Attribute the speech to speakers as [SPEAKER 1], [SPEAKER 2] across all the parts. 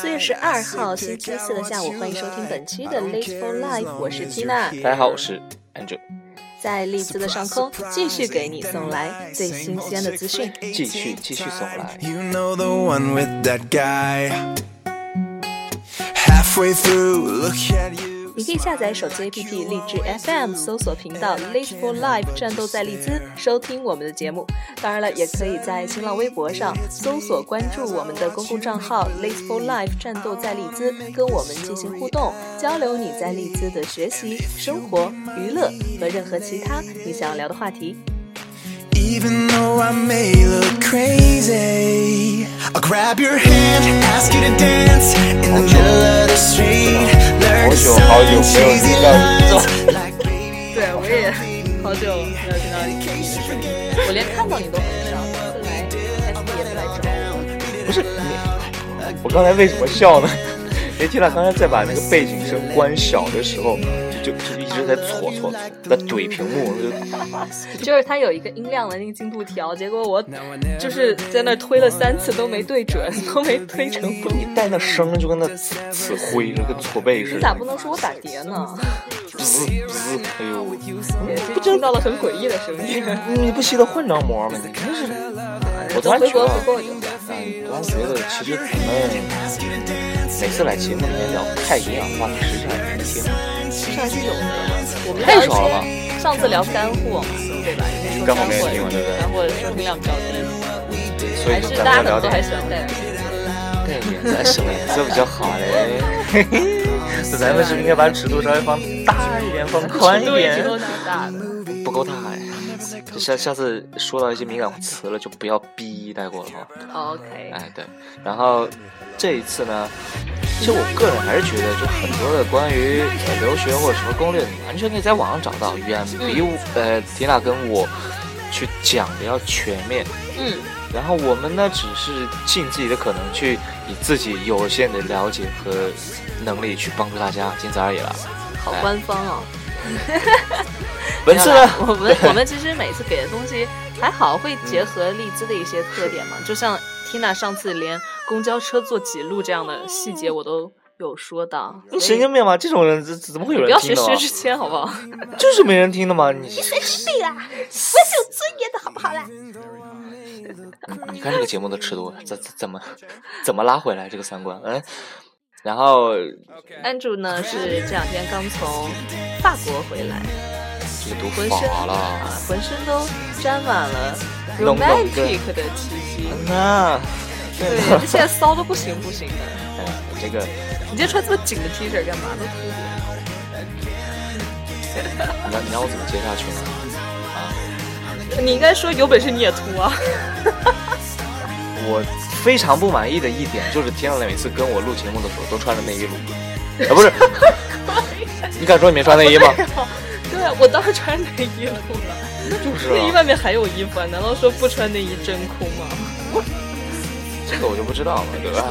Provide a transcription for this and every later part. [SPEAKER 1] 四月十二号星期四的下午，欢迎收听本期的 Late for Life，我是缇娜。
[SPEAKER 2] 大家好，我是 Andrew。
[SPEAKER 1] 在利兹的上空，继续给你送来最新鲜的资讯。
[SPEAKER 2] 继续继续送来。
[SPEAKER 3] You know the one with that guy. Halfway through, look at you.
[SPEAKER 1] 你可以下载手机 APP 荔枝 FM，搜索频道 Late for Life 战斗在荔枝，收听我们的节目。当然了，也可以在新浪微博上搜索关注我们的公共账号 Late for Life 战斗在荔枝，跟我们进行互动，交流你在荔枝的学习、生活、娱乐和任何其他你想聊的话题。
[SPEAKER 3] Even though I may look crazy, I'll grab your hand, ask you to dance in the middle of the street. Learn to
[SPEAKER 2] 好久-好久没有
[SPEAKER 3] sign cheesy
[SPEAKER 2] 听到
[SPEAKER 3] lines like baby,
[SPEAKER 1] 对，我也好久没有听到你的声音，我连看到你都很少，次来 S 也不来找我。
[SPEAKER 2] 不是你，我刚才为什么笑呢？ 因为缇娜刚才在把那个背景声关小的时候，就就就一直在搓搓，在怼屏幕，我就
[SPEAKER 1] 就是它有一个音量的那个进度条，结果我就是在那儿推了三次都没对准， 都没推成功。
[SPEAKER 2] 一带那声就跟那呲灰，就跟搓背
[SPEAKER 1] 你
[SPEAKER 2] 似
[SPEAKER 1] 咋
[SPEAKER 2] 的
[SPEAKER 1] 不，能说我打碟呢？
[SPEAKER 2] 滋滋，哎呦，
[SPEAKER 1] 就 听到了很诡异的声音。
[SPEAKER 2] 哎你不吸的混账膜吗？你真是，我突
[SPEAKER 1] 等
[SPEAKER 2] 然
[SPEAKER 1] 回
[SPEAKER 2] 觉
[SPEAKER 1] 国
[SPEAKER 2] 得
[SPEAKER 1] 回， 国我就
[SPEAKER 2] 哎，我突然觉得其实咱们每次来节目里面聊太营养话题，实际上也没听。
[SPEAKER 1] 算是有的。我们
[SPEAKER 2] 太少了吧
[SPEAKER 1] 上次上次聊干货嘛，对吧？因为说
[SPEAKER 2] 干货没人
[SPEAKER 1] 干
[SPEAKER 2] 听嘛对不对
[SPEAKER 1] 干货收听量比较低，
[SPEAKER 2] 所以
[SPEAKER 1] 还
[SPEAKER 2] 就是咱
[SPEAKER 1] 大家
[SPEAKER 2] 们
[SPEAKER 1] 可
[SPEAKER 2] 聊
[SPEAKER 1] 能都
[SPEAKER 2] 点
[SPEAKER 1] 还喜欢戴耳机。
[SPEAKER 2] 对，咱省一这比较好嘞。那 咱们是不是应该把尺度稍微放大一点，放宽一
[SPEAKER 1] 都一直
[SPEAKER 2] 点？
[SPEAKER 1] 都挺大的。
[SPEAKER 2] 不够大哎。就下下次说到一些敏感词了，就不要逼带过了哈。
[SPEAKER 1] OK，
[SPEAKER 2] 哎，对。然后这一次呢，其实我个人还是觉得，就很多的关于呃留学或者什么攻略，你完全可以在网上找到，远比我呃缇娜跟我去讲的要全面。
[SPEAKER 1] 嗯，
[SPEAKER 2] 然后我们呢，只是尽自己的可能去以自己有限的了解和能力去帮助大家，仅此而已了。
[SPEAKER 1] 好
[SPEAKER 2] 哎
[SPEAKER 1] 官方哦。
[SPEAKER 2] 文字
[SPEAKER 1] 没有
[SPEAKER 2] 呢
[SPEAKER 1] 啦？我 们我们其实每次给的东西还好，会结合荔枝的一些特点嘛，就像 Tina 上次连公交车坐几路这样的细节我都有说到，
[SPEAKER 2] 你神经病吧？这种人怎怎么会有
[SPEAKER 1] 不
[SPEAKER 2] 人
[SPEAKER 1] 要
[SPEAKER 2] 听
[SPEAKER 1] 学
[SPEAKER 2] 的
[SPEAKER 1] 薛
[SPEAKER 2] 啊？
[SPEAKER 1] 之谦好不好？
[SPEAKER 2] 就是没人听的嘛！你你看这个节目的尺度，怎怎怎么怎么拉回来这个三观？嗯，然后
[SPEAKER 1] Andrew 呢是这两天刚从法国回来，
[SPEAKER 2] 这个读
[SPEAKER 1] 浑身
[SPEAKER 2] 法
[SPEAKER 1] 啊
[SPEAKER 2] 了，
[SPEAKER 1] 浑身都沾满了
[SPEAKER 2] 浓浓的
[SPEAKER 1] romantic 的气息，
[SPEAKER 2] 那
[SPEAKER 1] 对，这现在骚的不行不行的，
[SPEAKER 2] 哎这个
[SPEAKER 1] 你今天穿这么紧的 T 恤干嘛？都秃顶。
[SPEAKER 2] 你让你让我怎么接下去呢？啊，
[SPEAKER 1] 你应该说有本事你也秃啊！
[SPEAKER 2] 我非常不满意的一点就是，天亮每次跟我录节目的时候都穿着内衣录， 啊，不是，
[SPEAKER 1] 啊
[SPEAKER 2] 你敢说你没穿内衣吗？
[SPEAKER 1] 对，我当时穿内衣录了，
[SPEAKER 2] 就是
[SPEAKER 1] 内衣
[SPEAKER 2] 啊，
[SPEAKER 1] 外面还有衣服啊？难道说不穿内衣真哭吗？
[SPEAKER 2] 这个我就不知道了，对吧？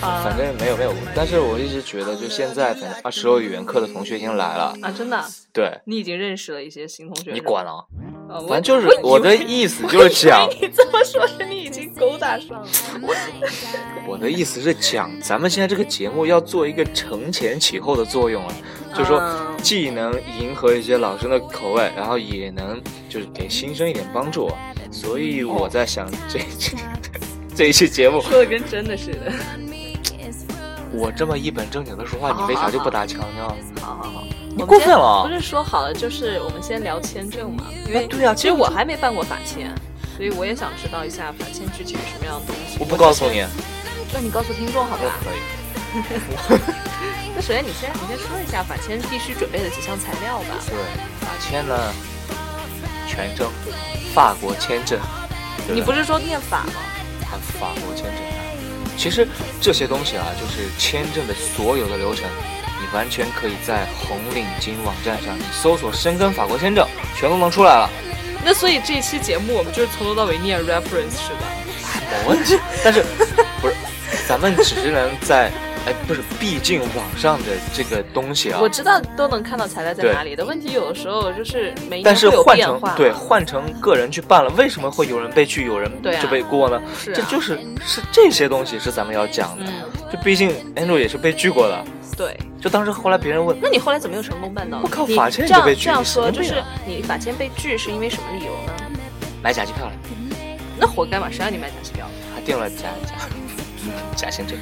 [SPEAKER 1] 啊
[SPEAKER 2] 反正没有没有，但是我一直觉得，就现在反正二十六语言课的同学已经来了，
[SPEAKER 1] 啊，真的啊，
[SPEAKER 2] 对
[SPEAKER 1] 你已经认识了一些新同学？
[SPEAKER 2] 你管啊？
[SPEAKER 1] 啊？我
[SPEAKER 2] 反正就是
[SPEAKER 1] 我
[SPEAKER 2] 我
[SPEAKER 1] 以
[SPEAKER 2] 的
[SPEAKER 1] 为
[SPEAKER 2] 意思就是讲
[SPEAKER 1] 我，以为你这么说是你已经勾搭上 了。
[SPEAKER 2] 我的意思是讲，咱们现在这个节目要做一个承前启后的作用啊，就是说
[SPEAKER 1] 嗯
[SPEAKER 2] 既能迎合一些老生的口味，然后也能就是给新生一点帮助，啊
[SPEAKER 1] 嗯
[SPEAKER 2] 所以我在想这这这一期节目，
[SPEAKER 1] 说的跟真的似的。
[SPEAKER 2] 我这么一本正经的说话，
[SPEAKER 1] 好
[SPEAKER 2] 你为啥就不打枪呢？
[SPEAKER 1] 好好好，
[SPEAKER 2] 你过分了啊
[SPEAKER 1] 我们先不是说好了，就是我们先聊签证嘛？因为
[SPEAKER 2] 啊对啊
[SPEAKER 1] 其实我还没办过法签，所以我也想知道一下法签具体是什么样的东西。
[SPEAKER 2] 我不告诉你，
[SPEAKER 1] 那你告诉听众好
[SPEAKER 2] 我
[SPEAKER 1] 吧？
[SPEAKER 2] 可以。
[SPEAKER 1] 那首先你先你先说一下法签必须准备的几项材料吧。
[SPEAKER 2] 对，法签呢，全称法国签证，对
[SPEAKER 1] 你
[SPEAKER 2] 对
[SPEAKER 1] 不是说念法吗？
[SPEAKER 2] 看法国签证。啊其实这些东西啊，就是签证的所有的流程，你完全可以在红领巾网站上，你搜索“申根法国签证”，全都能出来了，
[SPEAKER 1] 那所以这期节目我们就是从头到尾念 reference 是吧？
[SPEAKER 2] 没问题。但是不是，咱们只是能在哎，不是，毕竟网上的这个东西啊，
[SPEAKER 1] 我知道都能看到材料在
[SPEAKER 2] 对
[SPEAKER 1] 哪里的问题，有的时候就是每一
[SPEAKER 2] 但
[SPEAKER 1] 年
[SPEAKER 2] 是
[SPEAKER 1] 会有
[SPEAKER 2] 换
[SPEAKER 1] 变
[SPEAKER 2] 成
[SPEAKER 1] 化，
[SPEAKER 2] 对换成个人去办了，为什么会有人被拒，有人
[SPEAKER 1] 对啊
[SPEAKER 2] 就被过呢？
[SPEAKER 1] 是啊
[SPEAKER 2] 这就是是这些东西是咱们要讲的。
[SPEAKER 1] 嗯
[SPEAKER 2] 就毕竟 Andrew 也是被拒过的，
[SPEAKER 1] 对。
[SPEAKER 2] 就当时后来别人问，
[SPEAKER 1] 那你后来怎么又成功办到呢？
[SPEAKER 2] 我靠
[SPEAKER 1] 你
[SPEAKER 2] 法签
[SPEAKER 1] 这样
[SPEAKER 2] 就被拒
[SPEAKER 1] 这样
[SPEAKER 2] 神
[SPEAKER 1] 说，
[SPEAKER 2] 经
[SPEAKER 1] 就
[SPEAKER 2] 病
[SPEAKER 1] 是
[SPEAKER 2] 啊
[SPEAKER 1] 你法签被拒是因为什么理由呢？
[SPEAKER 2] 买假机票了，
[SPEAKER 1] 那活该嘛，谁让你买假机票
[SPEAKER 2] 还订啊了假假假行程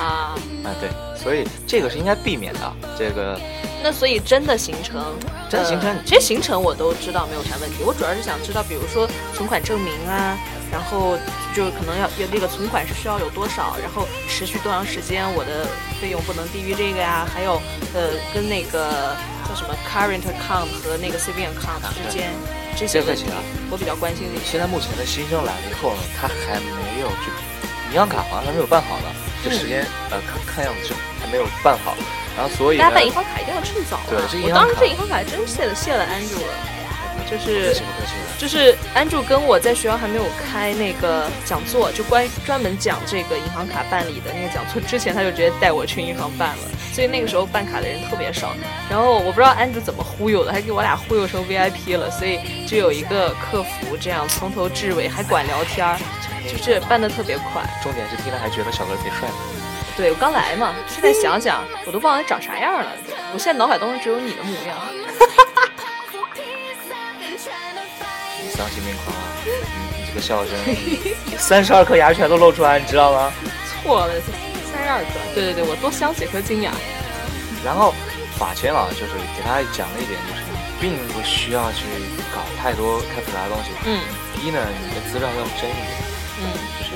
[SPEAKER 1] 啊？
[SPEAKER 2] 啊，对，所以这个是应该避免的。这个
[SPEAKER 1] 那所以真的行程，
[SPEAKER 2] 真的行程
[SPEAKER 1] 呃其实行程我都知道没有啥问题，我主要是想知道，比如说存款证明啊，然后就可能要要这个存款是需要有多少，然后持续多长时间，我的费用不能低于这个呀、还有呃跟那个叫什么 current account 和那个 saving account 之间这些
[SPEAKER 2] 啊这个
[SPEAKER 1] 问题
[SPEAKER 2] 行啊，
[SPEAKER 1] 我比较关心这些。
[SPEAKER 2] 现在目前的新生来了以后呢，他还没有就银行卡好像还没有办好呢，这时间、呃看看样子是还没有办好，然后所以呢
[SPEAKER 1] 大家办银行卡一定要趁早啊！
[SPEAKER 2] 对这银行
[SPEAKER 1] 我当
[SPEAKER 2] 卡
[SPEAKER 1] 时这银行卡还真谢了谢了安住了，就是
[SPEAKER 2] 客气不客气了。
[SPEAKER 1] 就是安住跟我在学校还没有开那个讲座，就关于专门讲这个银行卡办理的那个讲座之前，他就直接带我去银行办了，所以那个时候办卡的人特别少。然后我不知道安住怎么忽悠的，还给我俩忽悠成 VIP 了，所以就有一个客服这样从头至尾还管聊天儿，就是办的特别快。
[SPEAKER 2] 重点是听了还觉得小哥挺帅的，
[SPEAKER 1] 对我刚来嘛，现在想想我都忘了长啥样了，我现在脑海当中只有你的模样。
[SPEAKER 2] 你丧心病狂啊！你你这个笑声， 三十二颗牙全都露出来，你知道吗？
[SPEAKER 1] 错了，三十二个。对对对，我多镶几颗金牙。
[SPEAKER 2] 然后法圈啊，就是给大家讲了一点，就是并不需要去搞太多太复杂的东西。
[SPEAKER 1] 嗯
[SPEAKER 2] 一呢，你的资料要真一点。
[SPEAKER 1] 嗯，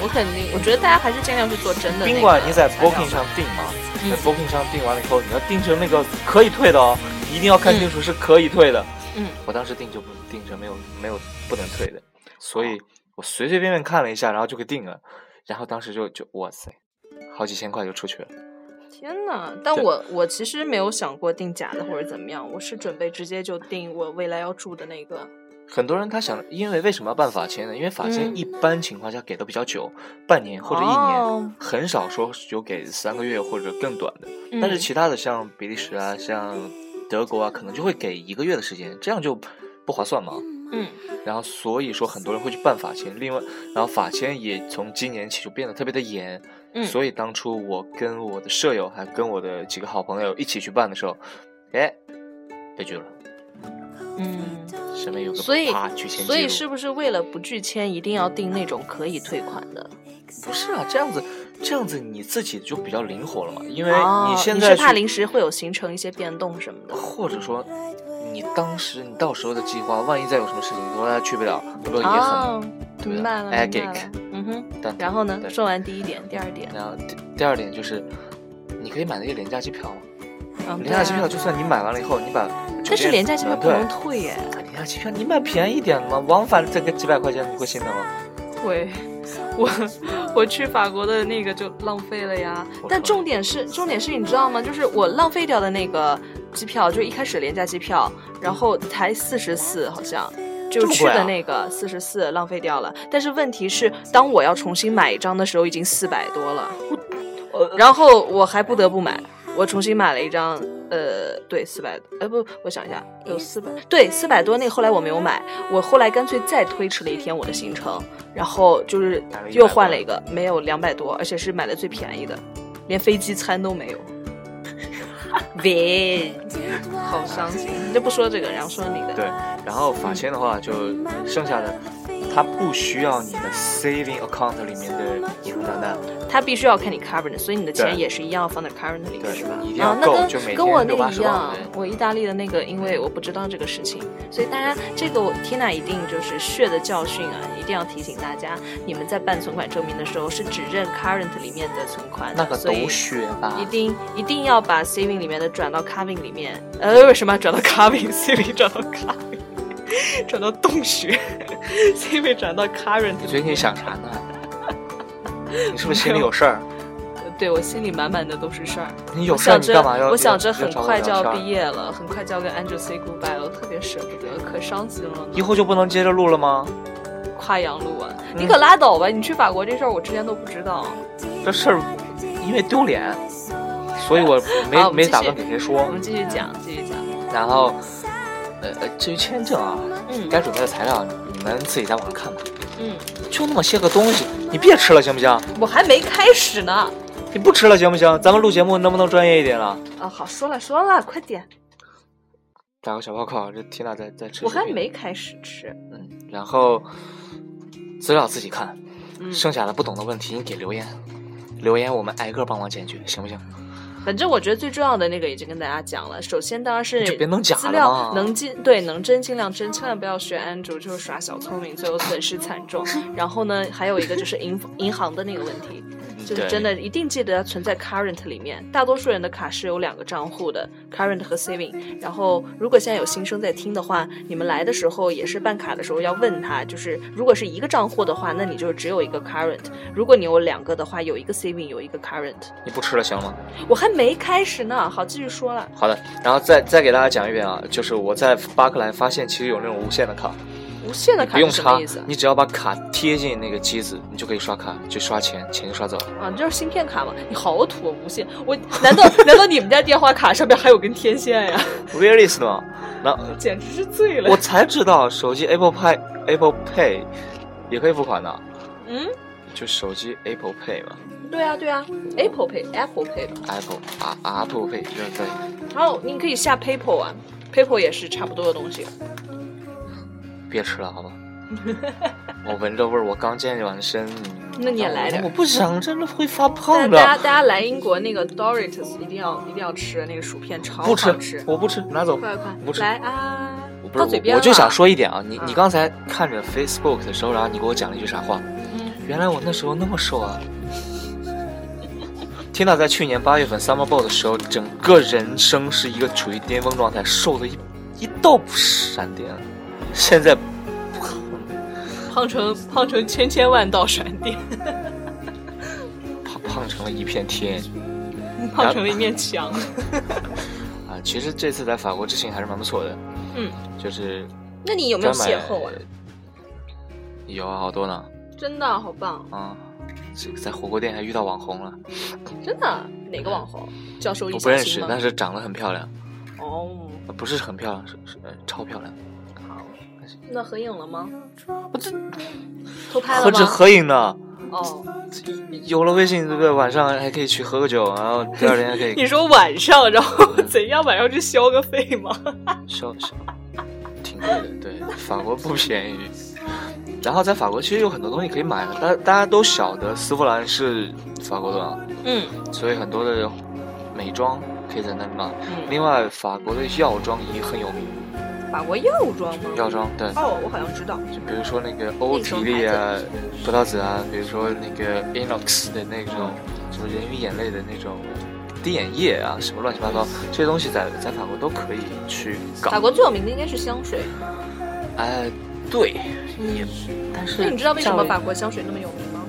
[SPEAKER 1] 我肯定，我觉得大家还是尽量去做真的那个材料。
[SPEAKER 2] 宾馆你在 Booking 上订嘛，
[SPEAKER 1] 嗯
[SPEAKER 2] 在 Booking 上订完了以后，你要订成那个可以退的哦，一定要看清楚是可以退的。
[SPEAKER 1] 嗯，
[SPEAKER 2] 我当时订就不订成没有没有不能退的，所以我随随便便看了一下，然后就给订了，然后当时就就哇塞，好几千块就出去了。
[SPEAKER 1] 天哪！但
[SPEAKER 2] 对
[SPEAKER 1] 我我其实没有想过订假的或者怎么样，我是准备直接就订我未来要住的那个。
[SPEAKER 2] 很多人他想，因为为什么要办法签呢？因为法签
[SPEAKER 1] 嗯
[SPEAKER 2] 一般情况下给的比较久，半年或者一年，
[SPEAKER 1] 哦
[SPEAKER 2] 很少说有给三个月或者更短的。
[SPEAKER 1] 嗯
[SPEAKER 2] 但是其他的像比利时啊、像德国啊，可能就会给一个月的时间，这样就不划算嘛。
[SPEAKER 1] 嗯，
[SPEAKER 2] 然后所以说很多人会去办法签，另外，然后法签也从今年起就变得特别的严。
[SPEAKER 1] 嗯
[SPEAKER 2] 所以当初我跟我的舍友还跟我的几个好朋友一起去办的时候，哎，被拒了。
[SPEAKER 1] 嗯，
[SPEAKER 2] 身边有个
[SPEAKER 1] 所以
[SPEAKER 2] 啪拒签记录，
[SPEAKER 1] 所以是不是为了不拒签，一定要订那种可以退款的？
[SPEAKER 2] 不是啊，这样子，这样子你自己就比较灵活了嘛，因为
[SPEAKER 1] 哦，
[SPEAKER 2] 你现
[SPEAKER 1] 你
[SPEAKER 2] 在
[SPEAKER 1] 是
[SPEAKER 2] 去
[SPEAKER 1] 怕临时会有形成一些变动什么的？
[SPEAKER 2] 或者说你当时你到时候的计划，万一再有什么事情，你说哎去不了，那不也很？
[SPEAKER 1] 哦
[SPEAKER 2] 对
[SPEAKER 1] 明白了，
[SPEAKER 2] 哎
[SPEAKER 1] 明白
[SPEAKER 2] 给
[SPEAKER 1] 了。嗯哼，
[SPEAKER 2] 但
[SPEAKER 1] 然后呢？
[SPEAKER 2] 对
[SPEAKER 1] 说完第一点，第二点，
[SPEAKER 2] 然后第第二点就是，你可以买那些廉价机票嘛，
[SPEAKER 1] 嗯，
[SPEAKER 2] 廉价机
[SPEAKER 1] 对啊
[SPEAKER 2] 票就算你买完了以后，你把酒
[SPEAKER 1] 但是
[SPEAKER 2] 店呃
[SPEAKER 1] 廉价机票不能
[SPEAKER 2] 对
[SPEAKER 1] 退耶，
[SPEAKER 2] 廉价机票你买便宜一点的嘛，往返这个几百块钱你会心疼吗？
[SPEAKER 1] 退。 我 我去法国的那个就浪费了呀
[SPEAKER 2] 我。
[SPEAKER 1] 但
[SPEAKER 2] 说
[SPEAKER 1] 重点是，重点是你知道吗？就是我浪费掉的那个机票，就一开始廉价机票，然后才四十四，好像。就
[SPEAKER 2] 这么
[SPEAKER 1] 去
[SPEAKER 2] 贵啊
[SPEAKER 1] 的那个四十四浪费掉了，但是问题是，当我要重新买一张的时候，已经四百多了。
[SPEAKER 2] 呃，
[SPEAKER 1] 然后我还不得不买，我重新买了一张，呃，对，四百，呃，不，我想一下，有四百，对，四百多那个后来我没有买，我后来干脆再推迟了一天我的行程，然后就是
[SPEAKER 2] 买了一百
[SPEAKER 1] 又换了
[SPEAKER 2] 多
[SPEAKER 1] 一个，没有两百多，而且是买的最便宜的，连飞机餐都没有。喂，好伤心，就不说这个，然后说你的，
[SPEAKER 2] 对，然后
[SPEAKER 1] 嗯
[SPEAKER 2] 法签的话就剩下的，它不需要你的 saving account 里面的银行账单。
[SPEAKER 1] 他必须要看你 current，所以你的钱
[SPEAKER 2] 对
[SPEAKER 1] 也是一样放在 current 里面，
[SPEAKER 2] 对
[SPEAKER 1] 是吧？
[SPEAKER 2] 一定要
[SPEAKER 1] 啊，那
[SPEAKER 2] 够
[SPEAKER 1] 跟
[SPEAKER 2] 就每
[SPEAKER 1] 跟
[SPEAKER 2] 天
[SPEAKER 1] 我
[SPEAKER 2] 六
[SPEAKER 1] 那
[SPEAKER 2] 八
[SPEAKER 1] 一
[SPEAKER 2] 十万
[SPEAKER 1] 样
[SPEAKER 2] 对，
[SPEAKER 1] 我意大利的那个，因为我不知道这个事情，所以大家这个我 Tina 一定就是血的教训啊，一定要提醒大家，你们在办存款证明的时候是只认 current 里面的存款的，
[SPEAKER 2] 那个啊
[SPEAKER 1] 所以
[SPEAKER 2] 狗血吧！
[SPEAKER 1] 一定一定要把 saving 里面的转到 carving 里面，呃，为什么转到 carving？saving 转到 carving，转到洞穴，saving 转到 current
[SPEAKER 2] 你
[SPEAKER 1] 里
[SPEAKER 2] 最近
[SPEAKER 1] 面
[SPEAKER 2] 想啥 呢？你是不是心里有事儿？
[SPEAKER 1] 对我心里满满的都是事儿。
[SPEAKER 2] 你有
[SPEAKER 1] 我
[SPEAKER 2] 事儿
[SPEAKER 1] 想
[SPEAKER 2] 你
[SPEAKER 1] 着
[SPEAKER 2] 干嘛要？
[SPEAKER 1] 我想着
[SPEAKER 2] 要
[SPEAKER 1] 很快就要毕。
[SPEAKER 2] 要找我聊天儿
[SPEAKER 1] 业了，很快就要跟 Andrew say goodbye 了，我特别舍不得，可伤心了呢。
[SPEAKER 2] 以后就不能接着录了吗？
[SPEAKER 1] 跨洋路啊，
[SPEAKER 2] 嗯
[SPEAKER 1] 你可拉倒吧！你去法国这事儿我之前都不知道。
[SPEAKER 2] 这事儿因为丢脸，所以我没、
[SPEAKER 1] 好我们
[SPEAKER 2] 没
[SPEAKER 1] 继
[SPEAKER 2] 打
[SPEAKER 1] 续
[SPEAKER 2] 算给谁
[SPEAKER 1] 我
[SPEAKER 2] 说。
[SPEAKER 1] 们继续讲，继续讲。
[SPEAKER 2] 然后，呃，呃至于签证啊，
[SPEAKER 1] 嗯
[SPEAKER 2] 该准备的材料你们自己在网上看吧。
[SPEAKER 1] 嗯，
[SPEAKER 2] 就那么些个东西，你别吃了行不行？
[SPEAKER 1] 我还没开始呢。
[SPEAKER 2] 你不吃了行不行？咱们录节目能不能专业一点了？
[SPEAKER 1] 啊，好，说了说了，快点，
[SPEAKER 2] 打个小报告，这缇娜在在吃。
[SPEAKER 1] 我还。没开始吃。
[SPEAKER 2] 嗯，然后资料自己看，
[SPEAKER 1] 嗯，
[SPEAKER 2] 剩下的不懂的问题你给留言，留言我们挨个帮忙解决，行不行？
[SPEAKER 1] 反正我觉得最重要的那个已经跟大家讲了。首先当然是
[SPEAKER 2] 你就别弄假的
[SPEAKER 1] 资
[SPEAKER 2] 嘛
[SPEAKER 1] 料能尽对能真尽量真，千万不要学安卓就是耍小聪明，最后损失惨重。然后呢，还有一个就是银银行的那个问题，就是
[SPEAKER 2] 对
[SPEAKER 1] 真的一定记得要存在 current 里面。大多数人的卡是有两个账户的，current 和 saving。然后如果现在有新生在听的话，你们来的时候也是办卡的时候要问他，就是如果是一个账户的话，那你就只有一个 current；如果你有两个的话，有一个 saving，有一个 current。
[SPEAKER 2] 你不吃了行吗？
[SPEAKER 1] 我还没开始呢，好，继续说了。
[SPEAKER 2] 好的，然后再再给大家讲一遍啊，就是我在巴克莱发现，其实有那种无线的卡，
[SPEAKER 1] 无限的卡
[SPEAKER 2] 不用
[SPEAKER 1] 是什
[SPEAKER 2] 插
[SPEAKER 1] 么意思，啊
[SPEAKER 2] 你只要把卡贴近那个机子，你就可以刷卡，就刷钱，钱就刷走了。
[SPEAKER 1] 啊？你这是芯片卡吗？你好土，无线。我 难道难道你们家电话卡上面还有根天线呀？
[SPEAKER 2] Where is 呢？那
[SPEAKER 1] 简直是醉了。
[SPEAKER 2] 我才知道手机 Apple Pay Apple Pay 也可以付款的，
[SPEAKER 1] 嗯，
[SPEAKER 2] 就手机 Apple Pay 嘛
[SPEAKER 1] 对啊对啊，Apple Pay Apple Pay 吧。
[SPEAKER 2] ，Apple 啊 Apple Pay 对对。
[SPEAKER 1] 然后你可以下 PayPal 啊，PayPal 也是差不多的东西。
[SPEAKER 2] 别吃了，好吧？我闻着味儿，我刚健完身。
[SPEAKER 1] 那你也来点儿
[SPEAKER 2] 我不想，真的会发
[SPEAKER 1] 大
[SPEAKER 2] 胖
[SPEAKER 1] 大家
[SPEAKER 2] 的。
[SPEAKER 1] 大家来英国那个 Doritos 一定要一定要吃那个薯片，超
[SPEAKER 2] 不
[SPEAKER 1] 好吃。
[SPEAKER 2] 吃，我不吃，拿走。
[SPEAKER 1] 快
[SPEAKER 2] 不
[SPEAKER 1] 快
[SPEAKER 2] 吃
[SPEAKER 1] 快，来啊
[SPEAKER 2] 我！不
[SPEAKER 1] 到
[SPEAKER 2] 是
[SPEAKER 1] 嘴
[SPEAKER 2] 我，
[SPEAKER 1] 边
[SPEAKER 2] 我就
[SPEAKER 1] 了
[SPEAKER 2] 想，说一点啊，你你
[SPEAKER 1] 嗯
[SPEAKER 2] 刚才看着 Facebook 的时候，然后你给我讲了一句啥话？
[SPEAKER 1] 嗯
[SPEAKER 2] 原来我那时候那么瘦啊！听到在去年八月份 Summer Ball 的时候，整个人生是一个处于巅峰状态，瘦的一一道不闪电。现在
[SPEAKER 1] 胖成胖成千千万道闪 电，
[SPEAKER 2] 胖胖成了一片天。
[SPEAKER 1] 胖成了一面墙。
[SPEAKER 2] 啊，其实这次在法国之行还是蛮不错的，
[SPEAKER 1] 嗯，
[SPEAKER 2] 就是
[SPEAKER 1] 那你有没有
[SPEAKER 2] 专买
[SPEAKER 1] 邂逅啊？
[SPEAKER 2] 有啊，好多呢，
[SPEAKER 1] 真的好棒，哦
[SPEAKER 2] 啊、这个在火锅店还遇到网红了，
[SPEAKER 1] 真的哪个网红？教授
[SPEAKER 2] 我
[SPEAKER 1] 李
[SPEAKER 2] 不
[SPEAKER 1] 小
[SPEAKER 2] 认识
[SPEAKER 1] 青，吗
[SPEAKER 2] 但？是长得很漂亮，
[SPEAKER 1] 哦，
[SPEAKER 2] 呃不是很漂亮，是是、呃超漂亮，
[SPEAKER 1] 那合影了吗？ 偷拍了
[SPEAKER 2] 何止
[SPEAKER 1] 吗？
[SPEAKER 2] 合影呢？
[SPEAKER 1] 哦，
[SPEAKER 2] 有了微信，对不对？晚上还可以去喝个酒，然后第二天还可 以
[SPEAKER 1] 你说晚上，然后
[SPEAKER 2] 嗯
[SPEAKER 1] 怎样？晚上去消个费吗？
[SPEAKER 2] 消消，挺贵的，对，法国不便宜。然后在法国其实有很多东西可以买的，大大家都晓得丝芙兰是法国的嘛，
[SPEAKER 1] 嗯
[SPEAKER 2] 所以很多的美妆可以在那里买。
[SPEAKER 1] 嗯，
[SPEAKER 2] 另外，法国的药妆也很有名，
[SPEAKER 1] 法国药妆吗？
[SPEAKER 2] 药妆对，
[SPEAKER 1] 哦，我好像知道。
[SPEAKER 2] 就比如说那个欧缇丽啊、葡萄籽啊，比如说那个 Inox 的那种什么人鱼眼泪的那种滴眼液啊，什么乱七八糟，这些东西在在法国都可以去搞
[SPEAKER 1] 法。国最有名的应该是香水。
[SPEAKER 2] 哎，对，
[SPEAKER 1] 嗯，
[SPEAKER 2] 但是
[SPEAKER 1] 那你知道为什么
[SPEAKER 2] 这
[SPEAKER 1] 法国香水那么有名吗？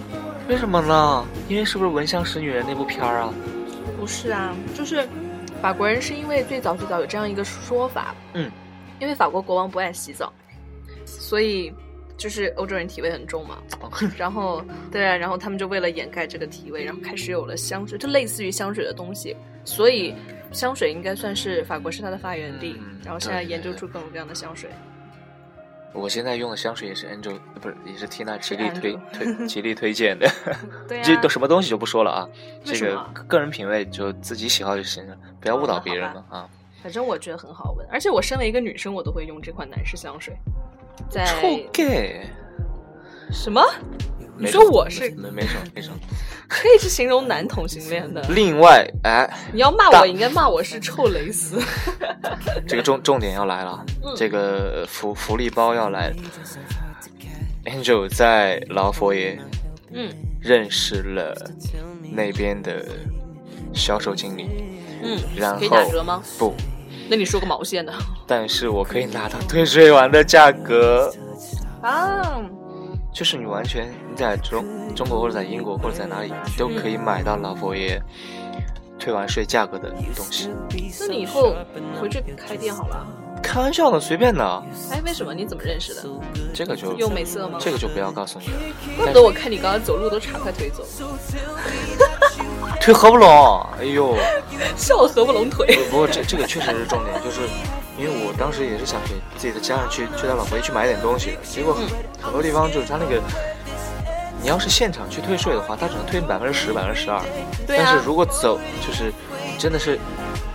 [SPEAKER 2] 为什么呢？因为是不是《闻香识女人》那部片儿啊？
[SPEAKER 1] 不是啊，就是法国人是因为最早最早有这样一个说法，
[SPEAKER 2] 嗯，
[SPEAKER 1] 因为法国国王不爱洗澡，所以就是欧洲人体味很重嘛，
[SPEAKER 2] 哦
[SPEAKER 1] 然后对啊，然后他们就为了掩盖这个体味，然后开始有了香水，就类似于香水的东西，所以香水应该算是法国是它的发源地，
[SPEAKER 2] 嗯
[SPEAKER 1] 然后现在
[SPEAKER 2] 对
[SPEAKER 1] 研究出各种各样的香水，
[SPEAKER 2] 我现在用的香水也是 Angel，不是也是 Tina 极力
[SPEAKER 1] 是
[SPEAKER 2] 推 推极力推荐的。
[SPEAKER 1] 对
[SPEAKER 2] 这都
[SPEAKER 1] 啊，
[SPEAKER 2] 什么东西就不说了啊，
[SPEAKER 1] 为
[SPEAKER 2] 这
[SPEAKER 1] 什
[SPEAKER 2] 个
[SPEAKER 1] 么
[SPEAKER 2] 个人品味就自己喜好就行了，不要误导别人了啊。
[SPEAKER 1] 反正我觉得很好闻，而且我身为一个女生，我都会用这款男士香水，在
[SPEAKER 2] 臭 gay，
[SPEAKER 1] 什么？你
[SPEAKER 2] 没
[SPEAKER 1] 说
[SPEAKER 2] 什么
[SPEAKER 1] 我是
[SPEAKER 2] 没没什么没什么。
[SPEAKER 1] 可以是形容男同性恋的。
[SPEAKER 2] 另外，哎，
[SPEAKER 1] 你要骂
[SPEAKER 2] 大
[SPEAKER 1] 我，应该骂我是臭蕾丝。
[SPEAKER 2] 这个
[SPEAKER 1] 嗯
[SPEAKER 2] 重重点要来了，啊这个福福利包要来了。Angel 在老佛爷
[SPEAKER 1] 嗯
[SPEAKER 2] 认识了那边的销售经理，
[SPEAKER 1] 嗯，
[SPEAKER 2] 然后
[SPEAKER 1] 可以打折吗？
[SPEAKER 2] 不，
[SPEAKER 1] 那你说个毛线的
[SPEAKER 2] 但是我可以拿到退税完的价格。
[SPEAKER 1] 啊？
[SPEAKER 2] 就是你完全你在中中国或者在英国或者在哪里，你都可以
[SPEAKER 1] 嗯
[SPEAKER 2] 买到老佛爷退完税价格的东西。
[SPEAKER 1] 那你以后回去开店好了。
[SPEAKER 2] 开玩笑呢，随便的，
[SPEAKER 1] 哎，为什么？你怎么认识的？
[SPEAKER 2] 这个就
[SPEAKER 1] 用美色吗？
[SPEAKER 2] 这个就不要告诉你了。
[SPEAKER 1] 怪不得我看你刚刚走路都岔开腿走。
[SPEAKER 2] 推合不拢，哎呦！
[SPEAKER 1] 笑合不拢 腿。
[SPEAKER 2] 不过这这个确实是重点，就是因为我当时也是想给自己的家人去去带老婆去买点东西的，结果
[SPEAKER 1] 嗯
[SPEAKER 2] 很很多地方就是他那个，你要是现场去退税的话，他只能退百分之十、百分之十二，
[SPEAKER 1] 对啊
[SPEAKER 2] 但是如果走就是真的是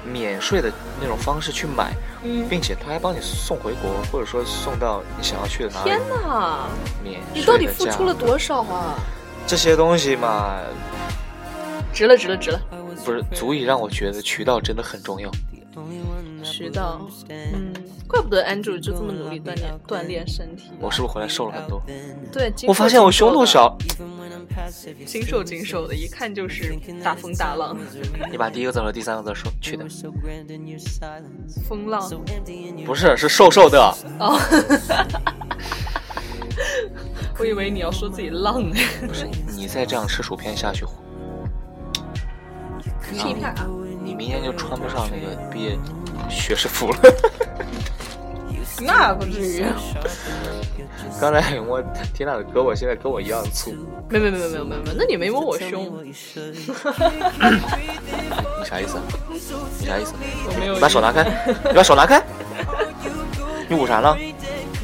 [SPEAKER 2] 免税的那种方式去买，
[SPEAKER 1] 嗯，
[SPEAKER 2] 并且他还帮你送回国，或者说送到你想要去的哪里，
[SPEAKER 1] 天哪，
[SPEAKER 2] 免税的
[SPEAKER 1] 你到底付
[SPEAKER 2] 价
[SPEAKER 1] 出了多少啊？
[SPEAKER 2] 这些东西嘛，
[SPEAKER 1] 值了，值了，值了。
[SPEAKER 2] 不是足以让我觉得渠道真的很重要。
[SPEAKER 1] 渠道，嗯，怪不得 Andrew 就这么努力锻炼锻炼身体。
[SPEAKER 2] 我是不是回来瘦了很多？
[SPEAKER 1] 对，精瘦
[SPEAKER 2] 我发现我胸都，小。
[SPEAKER 1] 精瘦精瘦的，一看就是大风大浪，
[SPEAKER 2] 你把第一个字和第三个字说去掉，
[SPEAKER 1] 风浪
[SPEAKER 2] 不是，是瘦瘦的。啊
[SPEAKER 1] 哦。 我以为你要说自己浪呢，
[SPEAKER 2] 不是，你再这样吃薯片下去，
[SPEAKER 1] 吃一片啊！
[SPEAKER 2] 你明年就穿不上那个毕业学士服了。
[SPEAKER 1] 那不至于，
[SPEAKER 2] 刚才我缇娜的胳膊现在跟我一样粗，
[SPEAKER 1] 没没没没没没没，那你没摸我胸，
[SPEAKER 2] 你啥意思？啊你啥意思？啊
[SPEAKER 1] 我没有。
[SPEAKER 2] 你把手拿开，你把手拿开。你捂啥呢？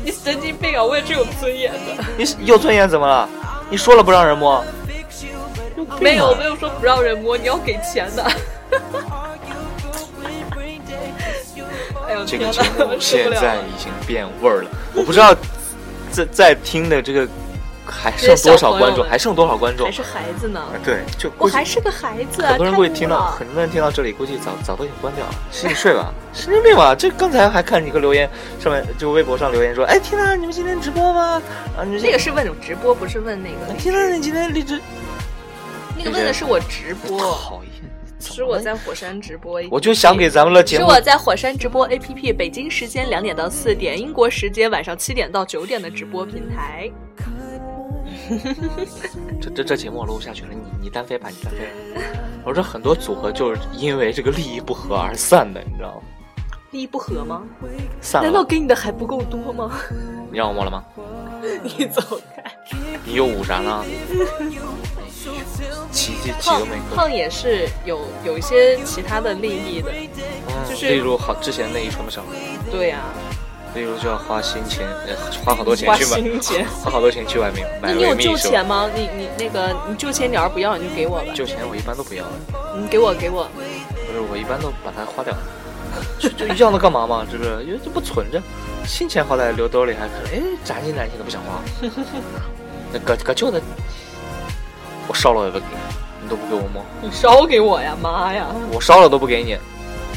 [SPEAKER 1] 你神经病啊！我也是有尊严 的，
[SPEAKER 2] 你有尊严怎么了？你说了不让人摸，
[SPEAKER 1] 没有没有说不让人摸，你要给钱的。哎呦
[SPEAKER 2] 这
[SPEAKER 1] 天
[SPEAKER 2] 个
[SPEAKER 1] 哪
[SPEAKER 2] 节，目
[SPEAKER 1] 我受
[SPEAKER 2] 现
[SPEAKER 1] 不了
[SPEAKER 2] 在
[SPEAKER 1] 了！
[SPEAKER 2] 已经变味儿了。我不知道在在听的这个还剩多少观众，还剩多少观众啊
[SPEAKER 1] 还？是孩子呢，
[SPEAKER 2] 对，就估
[SPEAKER 1] 我
[SPEAKER 2] 计
[SPEAKER 1] 还是个孩子啊！
[SPEAKER 2] 很多人
[SPEAKER 1] 太
[SPEAKER 2] 估计
[SPEAKER 1] 污
[SPEAKER 2] 听到，
[SPEAKER 1] 了
[SPEAKER 2] 很多人听到这里，估计早早都已经关掉 了。是你睡吧？神经病吧？这刚才还看你个留言，上面就微博上留言说，哎，天呐，你们今天直播吗？啊，你们
[SPEAKER 1] 那个是问直播，不是问那个，
[SPEAKER 2] 天呐，你今天荔枝，
[SPEAKER 1] 那个问的是我直播，
[SPEAKER 2] 讨厌，怎么
[SPEAKER 1] 是我在火山直播。
[SPEAKER 2] 我就想给咱们的节
[SPEAKER 1] 是
[SPEAKER 2] 目
[SPEAKER 1] 我在火山直播 APP，北京时间两点到四点，英国时间晚上七点到九点的直播平台。
[SPEAKER 2] 这这这节目我录不下去了，你你单飞吧，你单飞吧。我说很多组合就是因为这个利益不合而散的，你知道吗？
[SPEAKER 1] 利益不合吗？
[SPEAKER 2] 散
[SPEAKER 1] 难道
[SPEAKER 2] 了，
[SPEAKER 1] 给你的还不够多吗？
[SPEAKER 2] 你让我摸了吗？
[SPEAKER 1] 你走 开。
[SPEAKER 2] 你又捂啥呢？几几几
[SPEAKER 1] 胖
[SPEAKER 2] 个没喝，
[SPEAKER 1] 胖也是有有一些其他的利益的，
[SPEAKER 2] 嗯
[SPEAKER 1] 就是
[SPEAKER 2] 例如好之前内衣穿不上，
[SPEAKER 1] 对呀、
[SPEAKER 2] 例如就要花新钱，呃花好多钱
[SPEAKER 1] 花
[SPEAKER 2] 去买，
[SPEAKER 1] 新 钱。
[SPEAKER 2] 花好多钱去外面买
[SPEAKER 1] 那你有
[SPEAKER 2] 维密
[SPEAKER 1] 旧
[SPEAKER 2] 是吧
[SPEAKER 1] 钱？吗？你你那个你旧钱你要是不要你就给我吧，
[SPEAKER 2] 旧钱我一般都不要，
[SPEAKER 1] 你给我给我，
[SPEAKER 2] 不是我一般都把它花掉，就 就要那干嘛嘛？这个因为这不存着，新钱好歹留兜里还可以，哎，攒钱攒钱都不想花，那搁搁旧的，我烧了也不给你，你都不给我摸，
[SPEAKER 1] 你烧给我呀，妈呀！
[SPEAKER 2] 我烧了都不给你，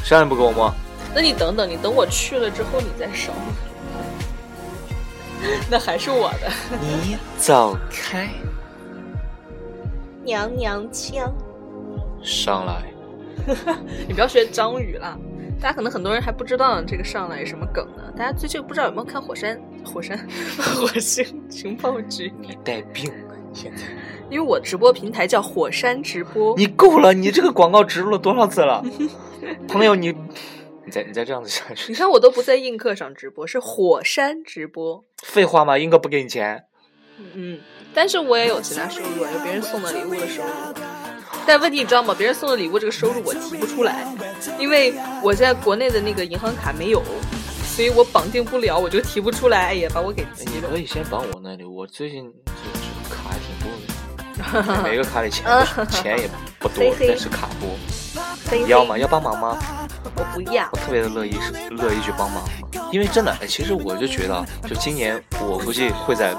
[SPEAKER 2] 谁让你不给我摸？
[SPEAKER 1] 那你等等，你等我去了之后你再烧。 那还是我的。
[SPEAKER 2] 你走开，
[SPEAKER 1] 娘娘腔，
[SPEAKER 2] 上来。
[SPEAKER 1] 你不要学张宇啦。大家可能很多人还不知道这个上来有什么梗呢。大家最近不知道有没有看火山火山 火星情报局？
[SPEAKER 2] 你带病吧你现 在！
[SPEAKER 1] 因为我直播平台叫火山直播，
[SPEAKER 2] 你够了，你这个广告植入了多少次 了？朋友，你你再你再这样子下
[SPEAKER 1] 你
[SPEAKER 2] 去，
[SPEAKER 1] 看我都不在映客上直播，是火山直播。
[SPEAKER 2] 废话吗？英哥不给你钱，
[SPEAKER 1] 嗯，但是我也有其他收入，啊，有别人送的礼物的收入。但问题你知道吗？别人送的礼物这个收入我提不出来，因为我现在国内的那个银行卡没有，所以我绑定不了，我就提不出来。哎呀，把我给急
[SPEAKER 2] 你
[SPEAKER 1] 的。
[SPEAKER 2] 可以先绑我那里。我最近这这卡还挺多 的，每个卡里钱不钱也不多，但是卡多。你要吗？要帮忙吗？
[SPEAKER 1] 我不要
[SPEAKER 2] 我。特别的乐意乐意去帮忙，因为真的，哎其实我就觉得啊，就今年我估计会在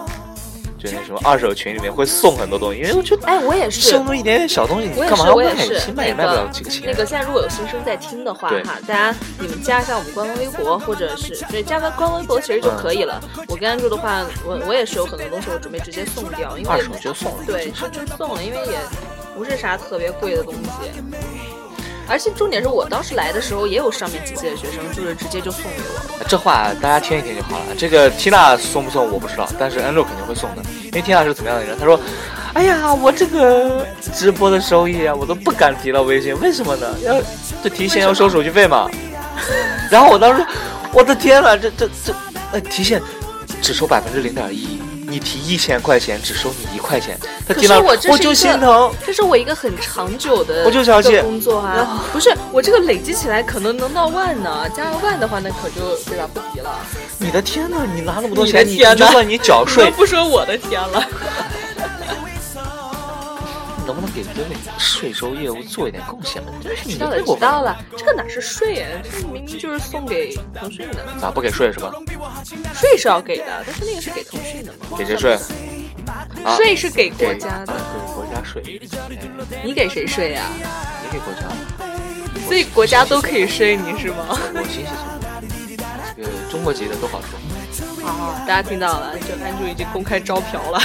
[SPEAKER 2] 就那什么二手群里面会送很多东西，因为我觉得
[SPEAKER 1] 哎，我也
[SPEAKER 2] 是
[SPEAKER 1] 是
[SPEAKER 2] 那。么一点点小东西，你
[SPEAKER 1] 我也
[SPEAKER 2] 干嘛
[SPEAKER 1] 是，
[SPEAKER 2] 要
[SPEAKER 1] 我也？
[SPEAKER 2] 卖
[SPEAKER 1] 是。
[SPEAKER 2] 新卖
[SPEAKER 1] 那
[SPEAKER 2] 也卖不了
[SPEAKER 1] 个
[SPEAKER 2] 几个钱。
[SPEAKER 1] 那个，现在如果有新生在听的话
[SPEAKER 2] 对
[SPEAKER 1] 哈，大家你们加一下我们官方微博，或者是对加个官方微博其实就
[SPEAKER 2] 嗯
[SPEAKER 1] 可以了。我跟安住的话，我我也是有很多东西我准备直接送掉，因为
[SPEAKER 2] 二手就送了。
[SPEAKER 1] 对，就就送了，因为也不是啥特别贵的东西。而且重点是我当时来的时候，也有上面几届的学生，就是直接就送给我。
[SPEAKER 2] 这话大家听一听就好了。这个缇娜送不送我不知道，但是恩若肯定会送的，因为缇娜是怎么样的人？她说：“哎呀，我这个直播的收益啊，我都不敢提到微信，为什么呢？要这提现要收手续费嘛。” 然啊哎后我当时，我的天呐，这这这，呃，提现只收百分之零点一，你提一千块钱只收你一块钱，他
[SPEAKER 1] 可
[SPEAKER 2] 听
[SPEAKER 1] 是
[SPEAKER 2] 到
[SPEAKER 1] 我这是一个
[SPEAKER 2] 就心疼。
[SPEAKER 1] 这是我一个很长久的
[SPEAKER 2] 我就想
[SPEAKER 1] 一个
[SPEAKER 2] 起
[SPEAKER 1] 工作
[SPEAKER 2] 然
[SPEAKER 1] 啊，不是我这个累积起来可能能到万呢，加上万的话那可就对吧不敌了。
[SPEAKER 2] 你的天哪，你拿那么多
[SPEAKER 1] 你的
[SPEAKER 2] 钱，你
[SPEAKER 1] 天
[SPEAKER 2] 你就
[SPEAKER 1] 哪
[SPEAKER 2] 算你缴税
[SPEAKER 1] 你 都，不说我的天了，
[SPEAKER 2] 你能不能给这个税收业务做一点贡献嘛？真是你
[SPEAKER 1] 知
[SPEAKER 2] 的
[SPEAKER 1] 道了
[SPEAKER 2] 这个
[SPEAKER 1] 知道了，这个哪是税啊？这个明明就是送给腾讯的，
[SPEAKER 2] 咋啊不给税是吧？
[SPEAKER 1] 税是要给的，但是那个是给腾讯的嘛？
[SPEAKER 2] 给谁税？啊
[SPEAKER 1] 税是给国
[SPEAKER 2] 给
[SPEAKER 1] 家的，
[SPEAKER 2] 啊给国家税，哎
[SPEAKER 1] 你给谁税呀、
[SPEAKER 2] 也给国家。
[SPEAKER 1] 所以国家都可以税你是吗？
[SPEAKER 2] 我心想，这个中国籍的都好说。
[SPEAKER 1] 好，大家听到了，就安主已经公开招嫖了。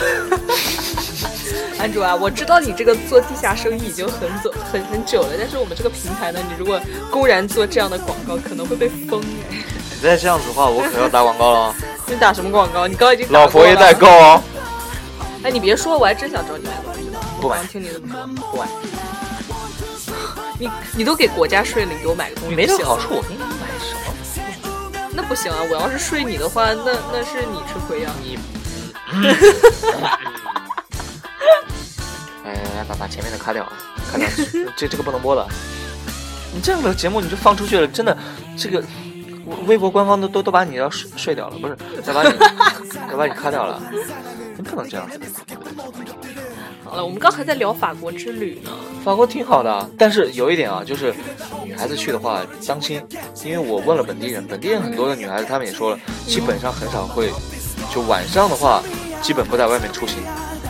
[SPEAKER 1] 安主啊，我知道你这个做地下生意已经很久很很久了，但是我们这个平台呢，你如果公然做这样的广告，可能会被封哎。
[SPEAKER 2] 你再这样子的话，我可要打广告了 啊。
[SPEAKER 1] 你打什么广告？你刚刚已经打
[SPEAKER 2] 老
[SPEAKER 1] 过
[SPEAKER 2] 佛爷
[SPEAKER 1] 了
[SPEAKER 2] 代购。哦。
[SPEAKER 1] 哎，你别说，我还真想找你买东西呢。
[SPEAKER 2] 不买
[SPEAKER 1] 我刚听你这么说，不买。 你你都给国家税了，你给我买个东西
[SPEAKER 2] 没
[SPEAKER 1] 不
[SPEAKER 2] 这
[SPEAKER 1] 行
[SPEAKER 2] 好处，我给你买什么？
[SPEAKER 1] 那不行啊！我要是睡你的话，那那是你吃亏啊呀、
[SPEAKER 2] 你，哎，来把把前面的卡掉啊，卡 掉，这这个不能播了。你这样的节目你就放出去了，真的，这个我微博官方都都都把你要睡睡掉了，不是，再把你再把你卡掉了，你不能这样子。
[SPEAKER 1] 好了，我们刚还在聊法国之旅呢。
[SPEAKER 2] 法国挺好的啊，但是有一点啊，就是女孩子去的话当心，因为我问了本地人，本地人很多的女孩子，她们也说了，基本上很少会，就晚上的话，基本不在外面出行，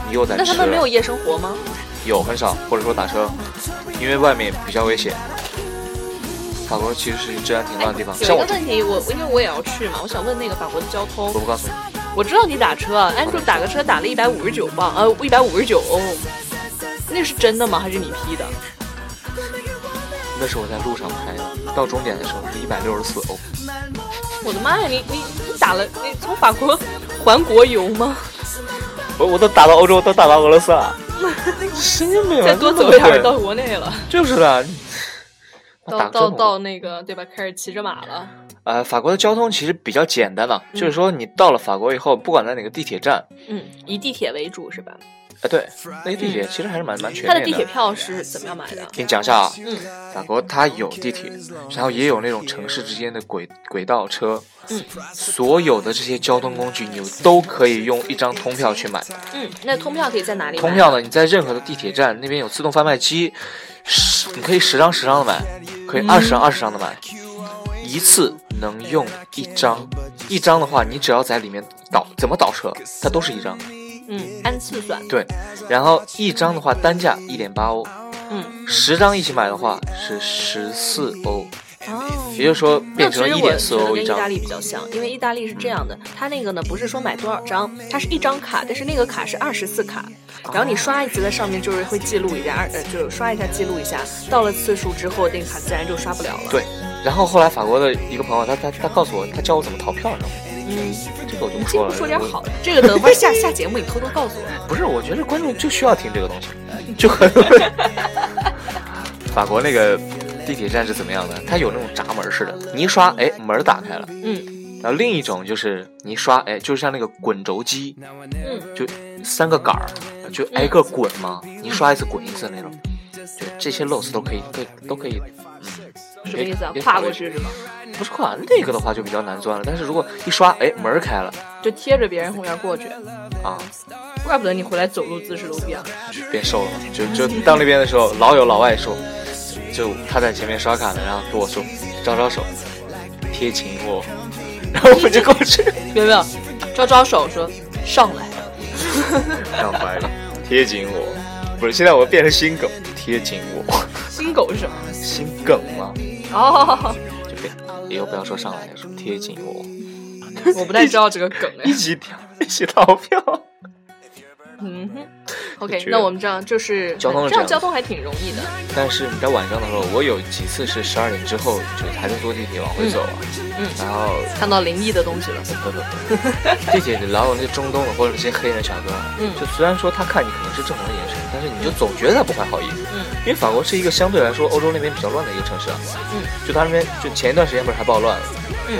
[SPEAKER 2] 你又在
[SPEAKER 1] 那
[SPEAKER 2] 吃
[SPEAKER 1] 他
[SPEAKER 2] 了，
[SPEAKER 1] 们没有夜生活吗？
[SPEAKER 2] 有很少，或者说打车，因为外面比较危险。法国其实是治安挺啊乱的地方，
[SPEAKER 1] 哎
[SPEAKER 2] 像
[SPEAKER 1] 有
[SPEAKER 2] 我
[SPEAKER 1] 一个问题，我因为我也要去嘛，我想问那个法国的交通
[SPEAKER 2] 我。不告诉你，
[SPEAKER 1] 我知道你打车啊，安住打个车打了一百五十九磅，呃，一百五十九欧，那是真的吗？还是你 P 的？
[SPEAKER 2] 那是我在路上拍的，到终点的时候是一百六十四欧，
[SPEAKER 1] 我的妈呀，你你你打了，你从法国环国游吗？
[SPEAKER 2] 我我都打到欧洲，都打到俄罗 斯了，神经病啊！
[SPEAKER 1] 再多
[SPEAKER 2] 这
[SPEAKER 1] 走
[SPEAKER 2] 么
[SPEAKER 1] 点儿
[SPEAKER 2] 贵
[SPEAKER 1] 到国内了，
[SPEAKER 2] 就是的，
[SPEAKER 1] 到到到那个对吧？开始骑着马了。
[SPEAKER 2] 呃，法国的交通其实比较简单了，就是说你到了法国以后，不管在哪个地铁站，
[SPEAKER 1] 嗯，以地铁为主是吧？
[SPEAKER 2] 啊、对，那个地铁其实还是蛮蛮全
[SPEAKER 1] 嗯它的
[SPEAKER 2] 面
[SPEAKER 1] 地铁票是怎么样买的？
[SPEAKER 2] 给你讲一下啊，
[SPEAKER 1] 嗯
[SPEAKER 2] 法国它有地铁，然后也有那种城市之间的轨轨道车，
[SPEAKER 1] 嗯
[SPEAKER 2] 所有的这些交通工具你都可以用一张通票去买。
[SPEAKER 1] 嗯，那通票可以在哪里买？
[SPEAKER 2] 通票呢，你在任何的地铁站那边有自动贩卖机，十你可以十张十张的买，可以二十张二十张的买，一次能用一张，一张的话你只要在里面倒怎么倒车，它都是一张。
[SPEAKER 1] 嗯，按次算。
[SPEAKER 2] 对，然后一张的话单价一点八欧，
[SPEAKER 1] 嗯，
[SPEAKER 2] 十张一起买的话是十四欧，
[SPEAKER 1] 哦。
[SPEAKER 2] 也就是说
[SPEAKER 1] 那
[SPEAKER 2] 变
[SPEAKER 1] 其
[SPEAKER 2] 成
[SPEAKER 1] 实
[SPEAKER 2] 一
[SPEAKER 1] 我
[SPEAKER 2] 点
[SPEAKER 1] 觉
[SPEAKER 2] 四
[SPEAKER 1] 得
[SPEAKER 2] 欧
[SPEAKER 1] 跟
[SPEAKER 2] 一
[SPEAKER 1] 意
[SPEAKER 2] 张
[SPEAKER 1] 大。利比较像，因为意大利是这样的，它那个呢不是说买多少张，它是一张卡，但是那个卡是二十四卡，
[SPEAKER 2] 哦
[SPEAKER 1] 然后你刷一次在上面就是会记录一下，二呃就是刷一下记录一下，到了次数之后那个卡自然就刷不了了。
[SPEAKER 2] 对，然后后来法国的一个朋友，他他他告诉我，他教我怎么逃票，你知道吗？
[SPEAKER 1] 嗯，
[SPEAKER 2] 这个我就
[SPEAKER 1] 你今
[SPEAKER 2] 不说
[SPEAKER 1] 后
[SPEAKER 2] 了。
[SPEAKER 1] 说点
[SPEAKER 2] 我
[SPEAKER 1] 好的，这个等会儿下下节目你偷偷告诉我。
[SPEAKER 2] 不是，我觉得观众就需要听这个东 西，就很。 法国那个地铁站是怎么样的？它有那种闸门似的，你一刷，哎，门打开了。
[SPEAKER 1] 嗯
[SPEAKER 2] 然后另一种就是你一刷，哎，就像那个滚轴机，
[SPEAKER 1] 嗯，
[SPEAKER 2] 就三个杆儿，就挨个滚嘛，你刷一次滚一次那种。就这些漏 o 都可以，可以都可以，嗯
[SPEAKER 1] 什么意思啊
[SPEAKER 2] 哎别？
[SPEAKER 1] 跨过去是吗？
[SPEAKER 2] 不是跨那个的话就比较难钻了。但是如果一刷，哎，门儿开了
[SPEAKER 1] 就贴着别人后面过去，
[SPEAKER 2] 啊，
[SPEAKER 1] 怪不得你回来走路姿势都变了。
[SPEAKER 2] 就变瘦了嘛。就就到那边的时候，老有老外说，就他在前面刷卡呢，然后跟我说招招手，贴紧我， 然后我就过去，
[SPEAKER 1] 没有没有，招招手说上来，
[SPEAKER 2] 让白了，贴紧我。不是，现在我变成新梗，贴紧我，
[SPEAKER 1] 新狗是什么？
[SPEAKER 2] 新梗嘛，
[SPEAKER 1] 哦，
[SPEAKER 2] 就变。以后不要说上来，说贴紧我，
[SPEAKER 1] 我不太知道这个梗哎
[SPEAKER 2] 一。起跳，一起逃票。
[SPEAKER 1] 嗯哼，OK，
[SPEAKER 2] 觉得
[SPEAKER 1] 那我们这样就是
[SPEAKER 2] 交通是
[SPEAKER 1] 这样
[SPEAKER 2] 这
[SPEAKER 1] 交
[SPEAKER 2] 样
[SPEAKER 1] 通还挺容易的。
[SPEAKER 2] 但是你在晚上的时候，我有几次是十二点之后，就是还在坐地铁往回走啊，
[SPEAKER 1] 嗯
[SPEAKER 2] 然后
[SPEAKER 1] 看到灵异的东西了，
[SPEAKER 2] 不不 不，地铁里老有那中东的或者那些黑人小哥，
[SPEAKER 1] 嗯
[SPEAKER 2] 就虽然说他看你可能是正常的眼神，但是你就总觉得他不怀好意，
[SPEAKER 1] 嗯，
[SPEAKER 2] 因为法国是一个相对来说欧洲那边比较乱的一个城市啊，
[SPEAKER 1] 嗯，
[SPEAKER 2] 就他那边就前一段时间不是还暴乱了，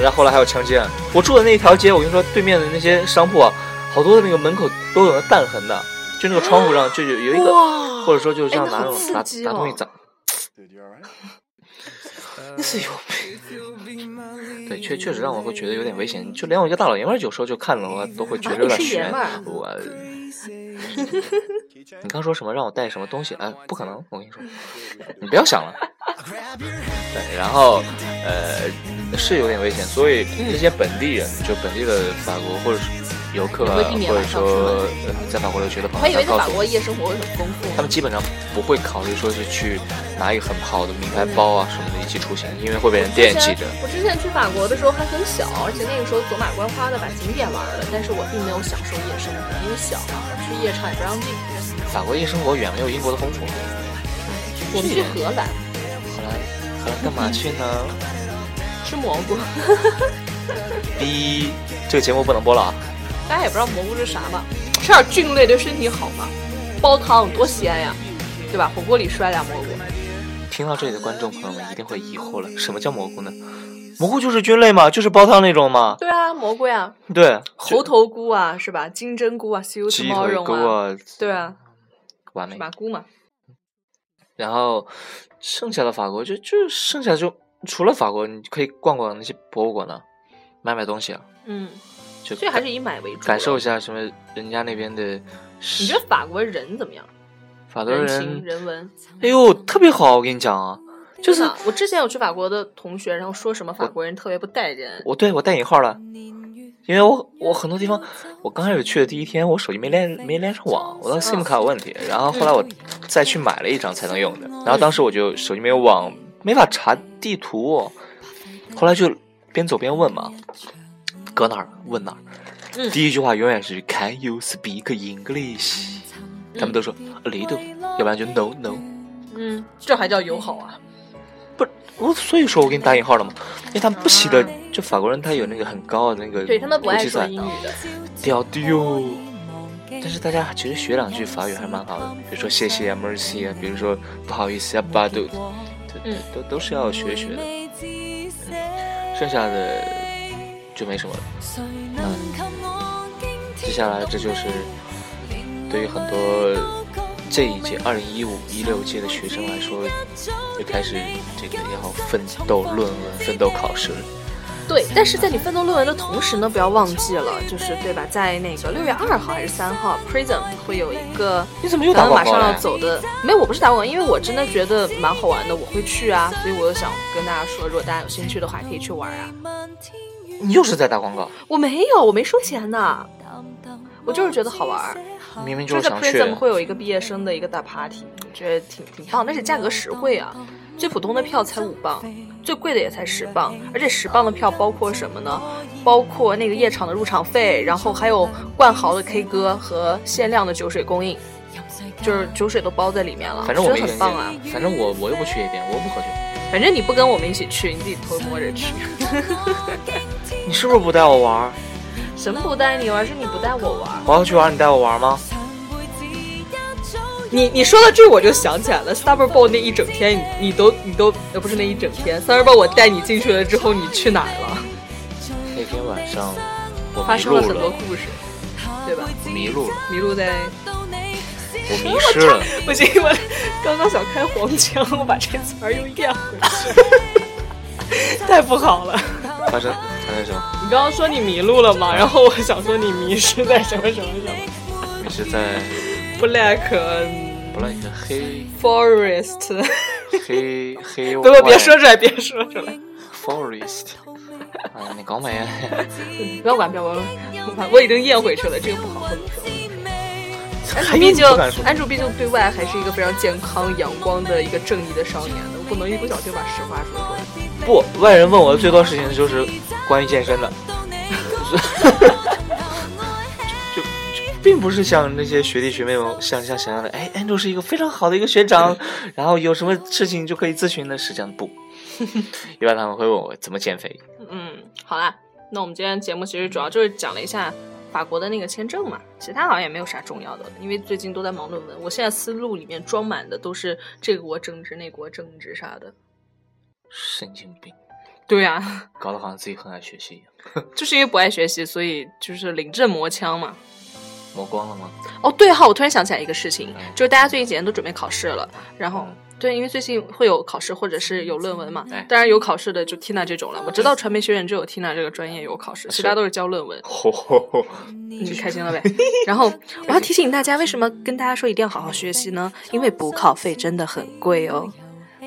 [SPEAKER 2] 然后后来还有枪击案，我住的那一条街，我跟你说对面的那些商铺啊，好多的那个门口都有那弹痕的，就那个窗户上就有有一个，
[SPEAKER 1] 哇
[SPEAKER 2] 或者说就是像
[SPEAKER 1] 哎
[SPEAKER 2] 拿那种
[SPEAKER 1] 好刺
[SPEAKER 2] 拿
[SPEAKER 1] 激
[SPEAKER 2] 拿东西
[SPEAKER 1] 哦
[SPEAKER 2] 砸，
[SPEAKER 1] 那是有
[SPEAKER 2] 对，确确实让我会觉得有点危险。就连我一个大老爷们儿有时候就看了我都会觉得
[SPEAKER 1] 啊
[SPEAKER 2] 有点
[SPEAKER 1] 你是爷
[SPEAKER 2] 悬
[SPEAKER 1] 们儿。
[SPEAKER 2] 我，你刚说什么让我带什么东西？哎，不可能，我跟你说，你不要想了。对，然后呃是有点危险，所以那些本地人，就本地的法国或者是游客啊，
[SPEAKER 1] 也会避免
[SPEAKER 2] 或者
[SPEAKER 1] 晚上
[SPEAKER 2] 说呃在法国留学的朋
[SPEAKER 1] 我
[SPEAKER 2] 友，
[SPEAKER 1] 还以为在
[SPEAKER 2] 他告
[SPEAKER 1] 法
[SPEAKER 2] 诉我
[SPEAKER 1] 国夜生活会很丰富
[SPEAKER 2] 他。们基本上不会考虑说是去拿一个很好的名牌包啊什么的一起出行，因为会被人
[SPEAKER 1] 之
[SPEAKER 2] 惦记
[SPEAKER 1] 前
[SPEAKER 2] 着。
[SPEAKER 1] 嗯我之前去法国的时候还很小，而且那个时候走马观花的把景点玩了，但是我并没有享受夜生活，因为小嘛，去夜场也不让进。
[SPEAKER 2] 法国夜生活远没有英国的丰富。
[SPEAKER 1] 我们去荷兰
[SPEAKER 2] 荷兰，荷兰干嘛去呢？
[SPEAKER 1] 吃蘑菇，
[SPEAKER 2] 第一，这个节目不能播了啊！
[SPEAKER 1] 大家也不知道蘑菇是啥嘛，吃点菌类对身体好嘛，煲汤多鲜呀，对吧？火锅里摔俩蘑菇，
[SPEAKER 2] 听到这里的观众朋友们一定会疑惑了，什么叫蘑菇呢？蘑菇就是菌类嘛，就是煲汤那种嘛。
[SPEAKER 1] 对啊，蘑菇呀，
[SPEAKER 2] 对，
[SPEAKER 1] 猴头菇啊，是吧？金针菇啊，see you
[SPEAKER 2] 鸡腿
[SPEAKER 1] tomorrow
[SPEAKER 2] 菇
[SPEAKER 1] 啊，
[SPEAKER 2] 啊，
[SPEAKER 1] 对啊，
[SPEAKER 2] 完
[SPEAKER 1] 是
[SPEAKER 2] 美。
[SPEAKER 1] 吧？菇嘛，
[SPEAKER 2] 然后剩下的法国就就剩下就除了法国，你可以逛逛那些博物馆呢，啊买买东西啊，
[SPEAKER 1] 嗯，
[SPEAKER 2] 就
[SPEAKER 1] 所以还是以买为主。啊
[SPEAKER 2] 感受一，下什么人家那边的
[SPEAKER 1] 你觉得法国人怎么样？
[SPEAKER 2] 法国
[SPEAKER 1] 人情
[SPEAKER 2] 人，
[SPEAKER 1] 人文。
[SPEAKER 2] 哎呦，特别好，我跟你讲啊，就是
[SPEAKER 1] 真的我之前有去法国的同学，然后说什么法国人特别不待见，
[SPEAKER 2] 我对我带引号了，因为我我很多地方，我刚开始去的第一天，我手机没连没连上网，
[SPEAKER 1] 啊
[SPEAKER 2] 我的 SIM 卡有问题，然后后来我再去买了一张才能用的，然后当时我就手机没有网，没法查地图，后来就边走边问嘛，搁哪儿问哪儿，
[SPEAKER 1] 嗯
[SPEAKER 2] 第一句话永远是 Can you speak English？他们都说 a little，要不然就 No No。
[SPEAKER 1] 嗯，这还叫友好啊？
[SPEAKER 2] 不是我，所以说我给你打引号了嘛，因为他们不习得，就法国人他有那个很高的那个
[SPEAKER 1] 啊对他们不
[SPEAKER 2] 国
[SPEAKER 1] 爱
[SPEAKER 2] 际
[SPEAKER 1] 说
[SPEAKER 2] 赛
[SPEAKER 1] 英语的，
[SPEAKER 2] 屌丢。但是大家其实学两句法语还蛮好的，比如说谢谢啊，mercy 啊，比如说不好意思啊巴杜，对对
[SPEAKER 1] 嗯，
[SPEAKER 2] 都都是要学一学的。嗯剩下的就没什么了。接下来这就是对于很多这一届二零一五一六届的学生来说，就开始这个要奋斗论文、奋斗考试了。
[SPEAKER 1] 对。但是在你奋斗论文的同时呢，不要忘记了，就是对吧？在那个六月二号还是三号，Prism 会有一个
[SPEAKER 2] 你怎么又
[SPEAKER 1] 可
[SPEAKER 2] 打
[SPEAKER 1] 能马
[SPEAKER 2] 广告
[SPEAKER 1] 上
[SPEAKER 2] 了
[SPEAKER 1] 要
[SPEAKER 2] 呀？
[SPEAKER 1] 走的，没有，我不是打广告，因为我真的觉得蛮好玩的，我会去啊，所以我就想跟大家说，如果大家有兴趣的话，可以去玩啊。
[SPEAKER 2] 你又是在打广告，
[SPEAKER 1] 我没有，我没收钱呢，我就是觉得好玩儿。
[SPEAKER 2] 明明就
[SPEAKER 1] 就是是
[SPEAKER 2] 想去。
[SPEAKER 1] Prism 会有一个毕业生的一个大 party，我觉得挺挺棒，但哦是价格实惠啊。最普通的票才五磅，最贵的也才十磅，而且十磅的票包括什么呢？包括那个夜场的入场费，然后还有冠豪的 K 歌和限量的酒水供应，就是酒水都包在里面了，
[SPEAKER 2] 反正我
[SPEAKER 1] 觉
[SPEAKER 2] 没
[SPEAKER 1] 得
[SPEAKER 2] 意
[SPEAKER 1] 很
[SPEAKER 2] 见
[SPEAKER 1] 棒啊。，
[SPEAKER 2] 反正我我又不去夜店，我又不喝酒。
[SPEAKER 1] 反正你不跟我们一起去，你自己偷摸着 去。
[SPEAKER 2] 你是不是不带我玩儿？
[SPEAKER 1] 什么不带你玩，是你不带我玩。
[SPEAKER 2] 我要去玩，你带我玩吗？
[SPEAKER 1] 你你说到这，我就想起来了，Super Bowl 那一整天，你你都你都呃不是那一整天，Super Bowl 我带你进去了之后，你去哪儿了？
[SPEAKER 2] 那天晚上我
[SPEAKER 1] 发
[SPEAKER 2] 迷
[SPEAKER 1] 生了
[SPEAKER 2] 路
[SPEAKER 1] 很多
[SPEAKER 2] 了，
[SPEAKER 1] 故事，对吧？
[SPEAKER 2] 我迷路了，
[SPEAKER 1] 迷路在，
[SPEAKER 2] 我迷失了。
[SPEAKER 1] 不行，我刚刚想开黄腔，我把这词儿又咽回去，太不好了。
[SPEAKER 2] 发生发生什么？
[SPEAKER 1] 你刚刚说你迷路了嘛，然后我想说你迷失在什么什么什么
[SPEAKER 2] 你是在
[SPEAKER 1] Black
[SPEAKER 2] 不乱一个黑
[SPEAKER 1] Forest，
[SPEAKER 2] 黑黑
[SPEAKER 1] 不不，别说出来，别说出来。
[SPEAKER 2] forest。哎呀，你搞没？
[SPEAKER 1] 不要管，不要管，不要管我已经咽回去了，这个不好。 安
[SPEAKER 2] 还
[SPEAKER 1] 主
[SPEAKER 2] 有
[SPEAKER 1] B 哎
[SPEAKER 2] 你
[SPEAKER 1] 就
[SPEAKER 2] 不敢说
[SPEAKER 1] 安主 B 就对外还是一个非常健康、阳光的一个正义的少年的，我不能一不小心把实话说出来。
[SPEAKER 2] 不，外人问我的最多事情就是 关于 健身的，就就就并不是像那些学弟学妹们像像想象的，哎，Andrew 是一个非常好的一个学 长，然后有什么事情就可以咨询的，实际上 不。一般他们会问我怎么减 肥，
[SPEAKER 1] 嗯，好啦，那我们今天节目其实主要就是讲了一下法国的那个签证嘛，其他好像也没有啥重要的，因为最近都在忙论文。我现在思路里面装满的都是这个国政治、那国政治啥的。
[SPEAKER 2] 神经病，
[SPEAKER 1] 对啊呀、
[SPEAKER 2] 搞得好像自己很爱学习一样。
[SPEAKER 1] 就是因为不爱学习，所以就是临阵磨枪嘛。
[SPEAKER 2] 磨光了 吗？
[SPEAKER 1] 哦，对哈，我突然想起来一个事情
[SPEAKER 2] 嗯，
[SPEAKER 1] 就是大家最近几年都准备考试了，然后
[SPEAKER 2] 嗯。
[SPEAKER 1] 对，因为最近会有考试或者是有论文嘛
[SPEAKER 2] 哎，
[SPEAKER 1] 当然有考试的就 Tina 这种了。我知道传媒学院只有 Tina 这个专业有考试，其他都是教论文。
[SPEAKER 2] 吼吼吼！
[SPEAKER 1] 你开心了呗？然后我要提醒大家，为什么跟大家说一定要好好学习 呢？因为补考费真的很贵哦，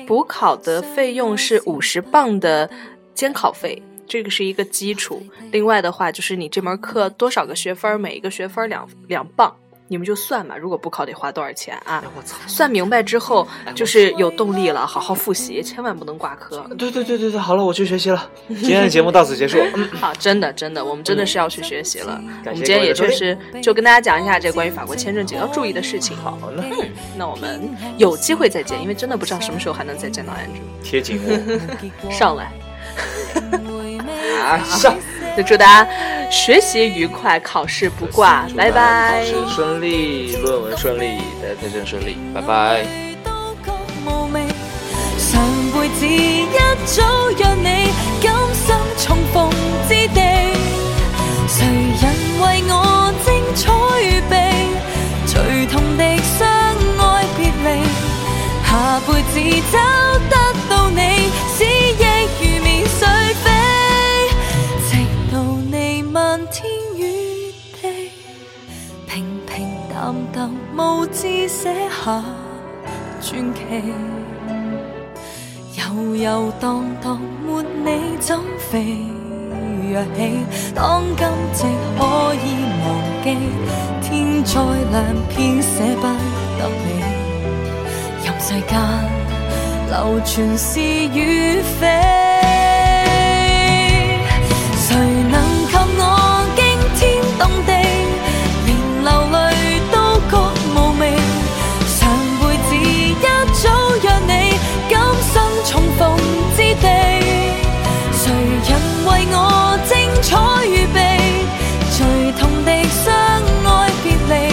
[SPEAKER 1] 补考的费用是五十磅的监考费。这个是一个基础，另外的话就是你这门课多少个学分儿，每一个学分儿两两磅，你们就算吧。如果补考得花多少钱啊？
[SPEAKER 2] 哎我操！
[SPEAKER 1] 算明白之后，就是有动力了，好好复习，千万不能挂科。
[SPEAKER 2] 对对对对对，好了，我去学习了。今天的节目到此结 束。嗯，
[SPEAKER 1] 好，真的真的，我们真的是要去学习了。我
[SPEAKER 2] 感
[SPEAKER 1] 们
[SPEAKER 2] 谢
[SPEAKER 1] 今天也
[SPEAKER 2] 各
[SPEAKER 1] 就
[SPEAKER 2] 位的
[SPEAKER 1] 是就跟大家讲一下这关于法国签证节要注意的事情。好，
[SPEAKER 2] 好呢，
[SPEAKER 1] 那我们有机会再见，因为真的不知道什么时候还能再见到 Andrew
[SPEAKER 2] 贴紧我
[SPEAKER 1] 上来。
[SPEAKER 2] 啊！上，
[SPEAKER 1] 就祝大家学习愉快，考试不挂，拜拜。
[SPEAKER 2] 考试顺利，论文顺利，大家推荐顺利，拜拜。
[SPEAKER 4] 常會似一早讓你甘心重逢之地，誰人為我精彩預備？隨同地相愛別離，下輩子找得到你，思憶如面碎飛，直到你漫天與地，平平淡淡無知寫下傳奇。悠悠蕩蕩，沒你怎肥若起？當今夕可以忘記，天再亮偏捨不得你。任世間流傳是與非，誰能及我驚天動地，連流淚都覺無味。常會似一早約你，今生重逢之地，誰人為我精彩預備？最痛的相愛別離，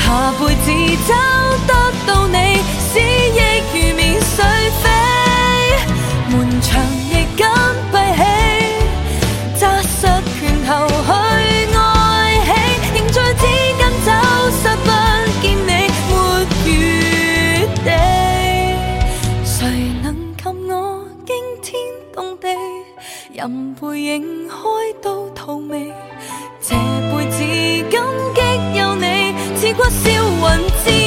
[SPEAKER 4] 下輩子找得到你，思憶如面碎飛，門牆亦緊閉起，扎實拳頭去愛起，凝聚之間走失不見你沒餘地。誰能及我驚天動地，任背影開到荼蘼。這輩子感激有你，刺骨銷魂之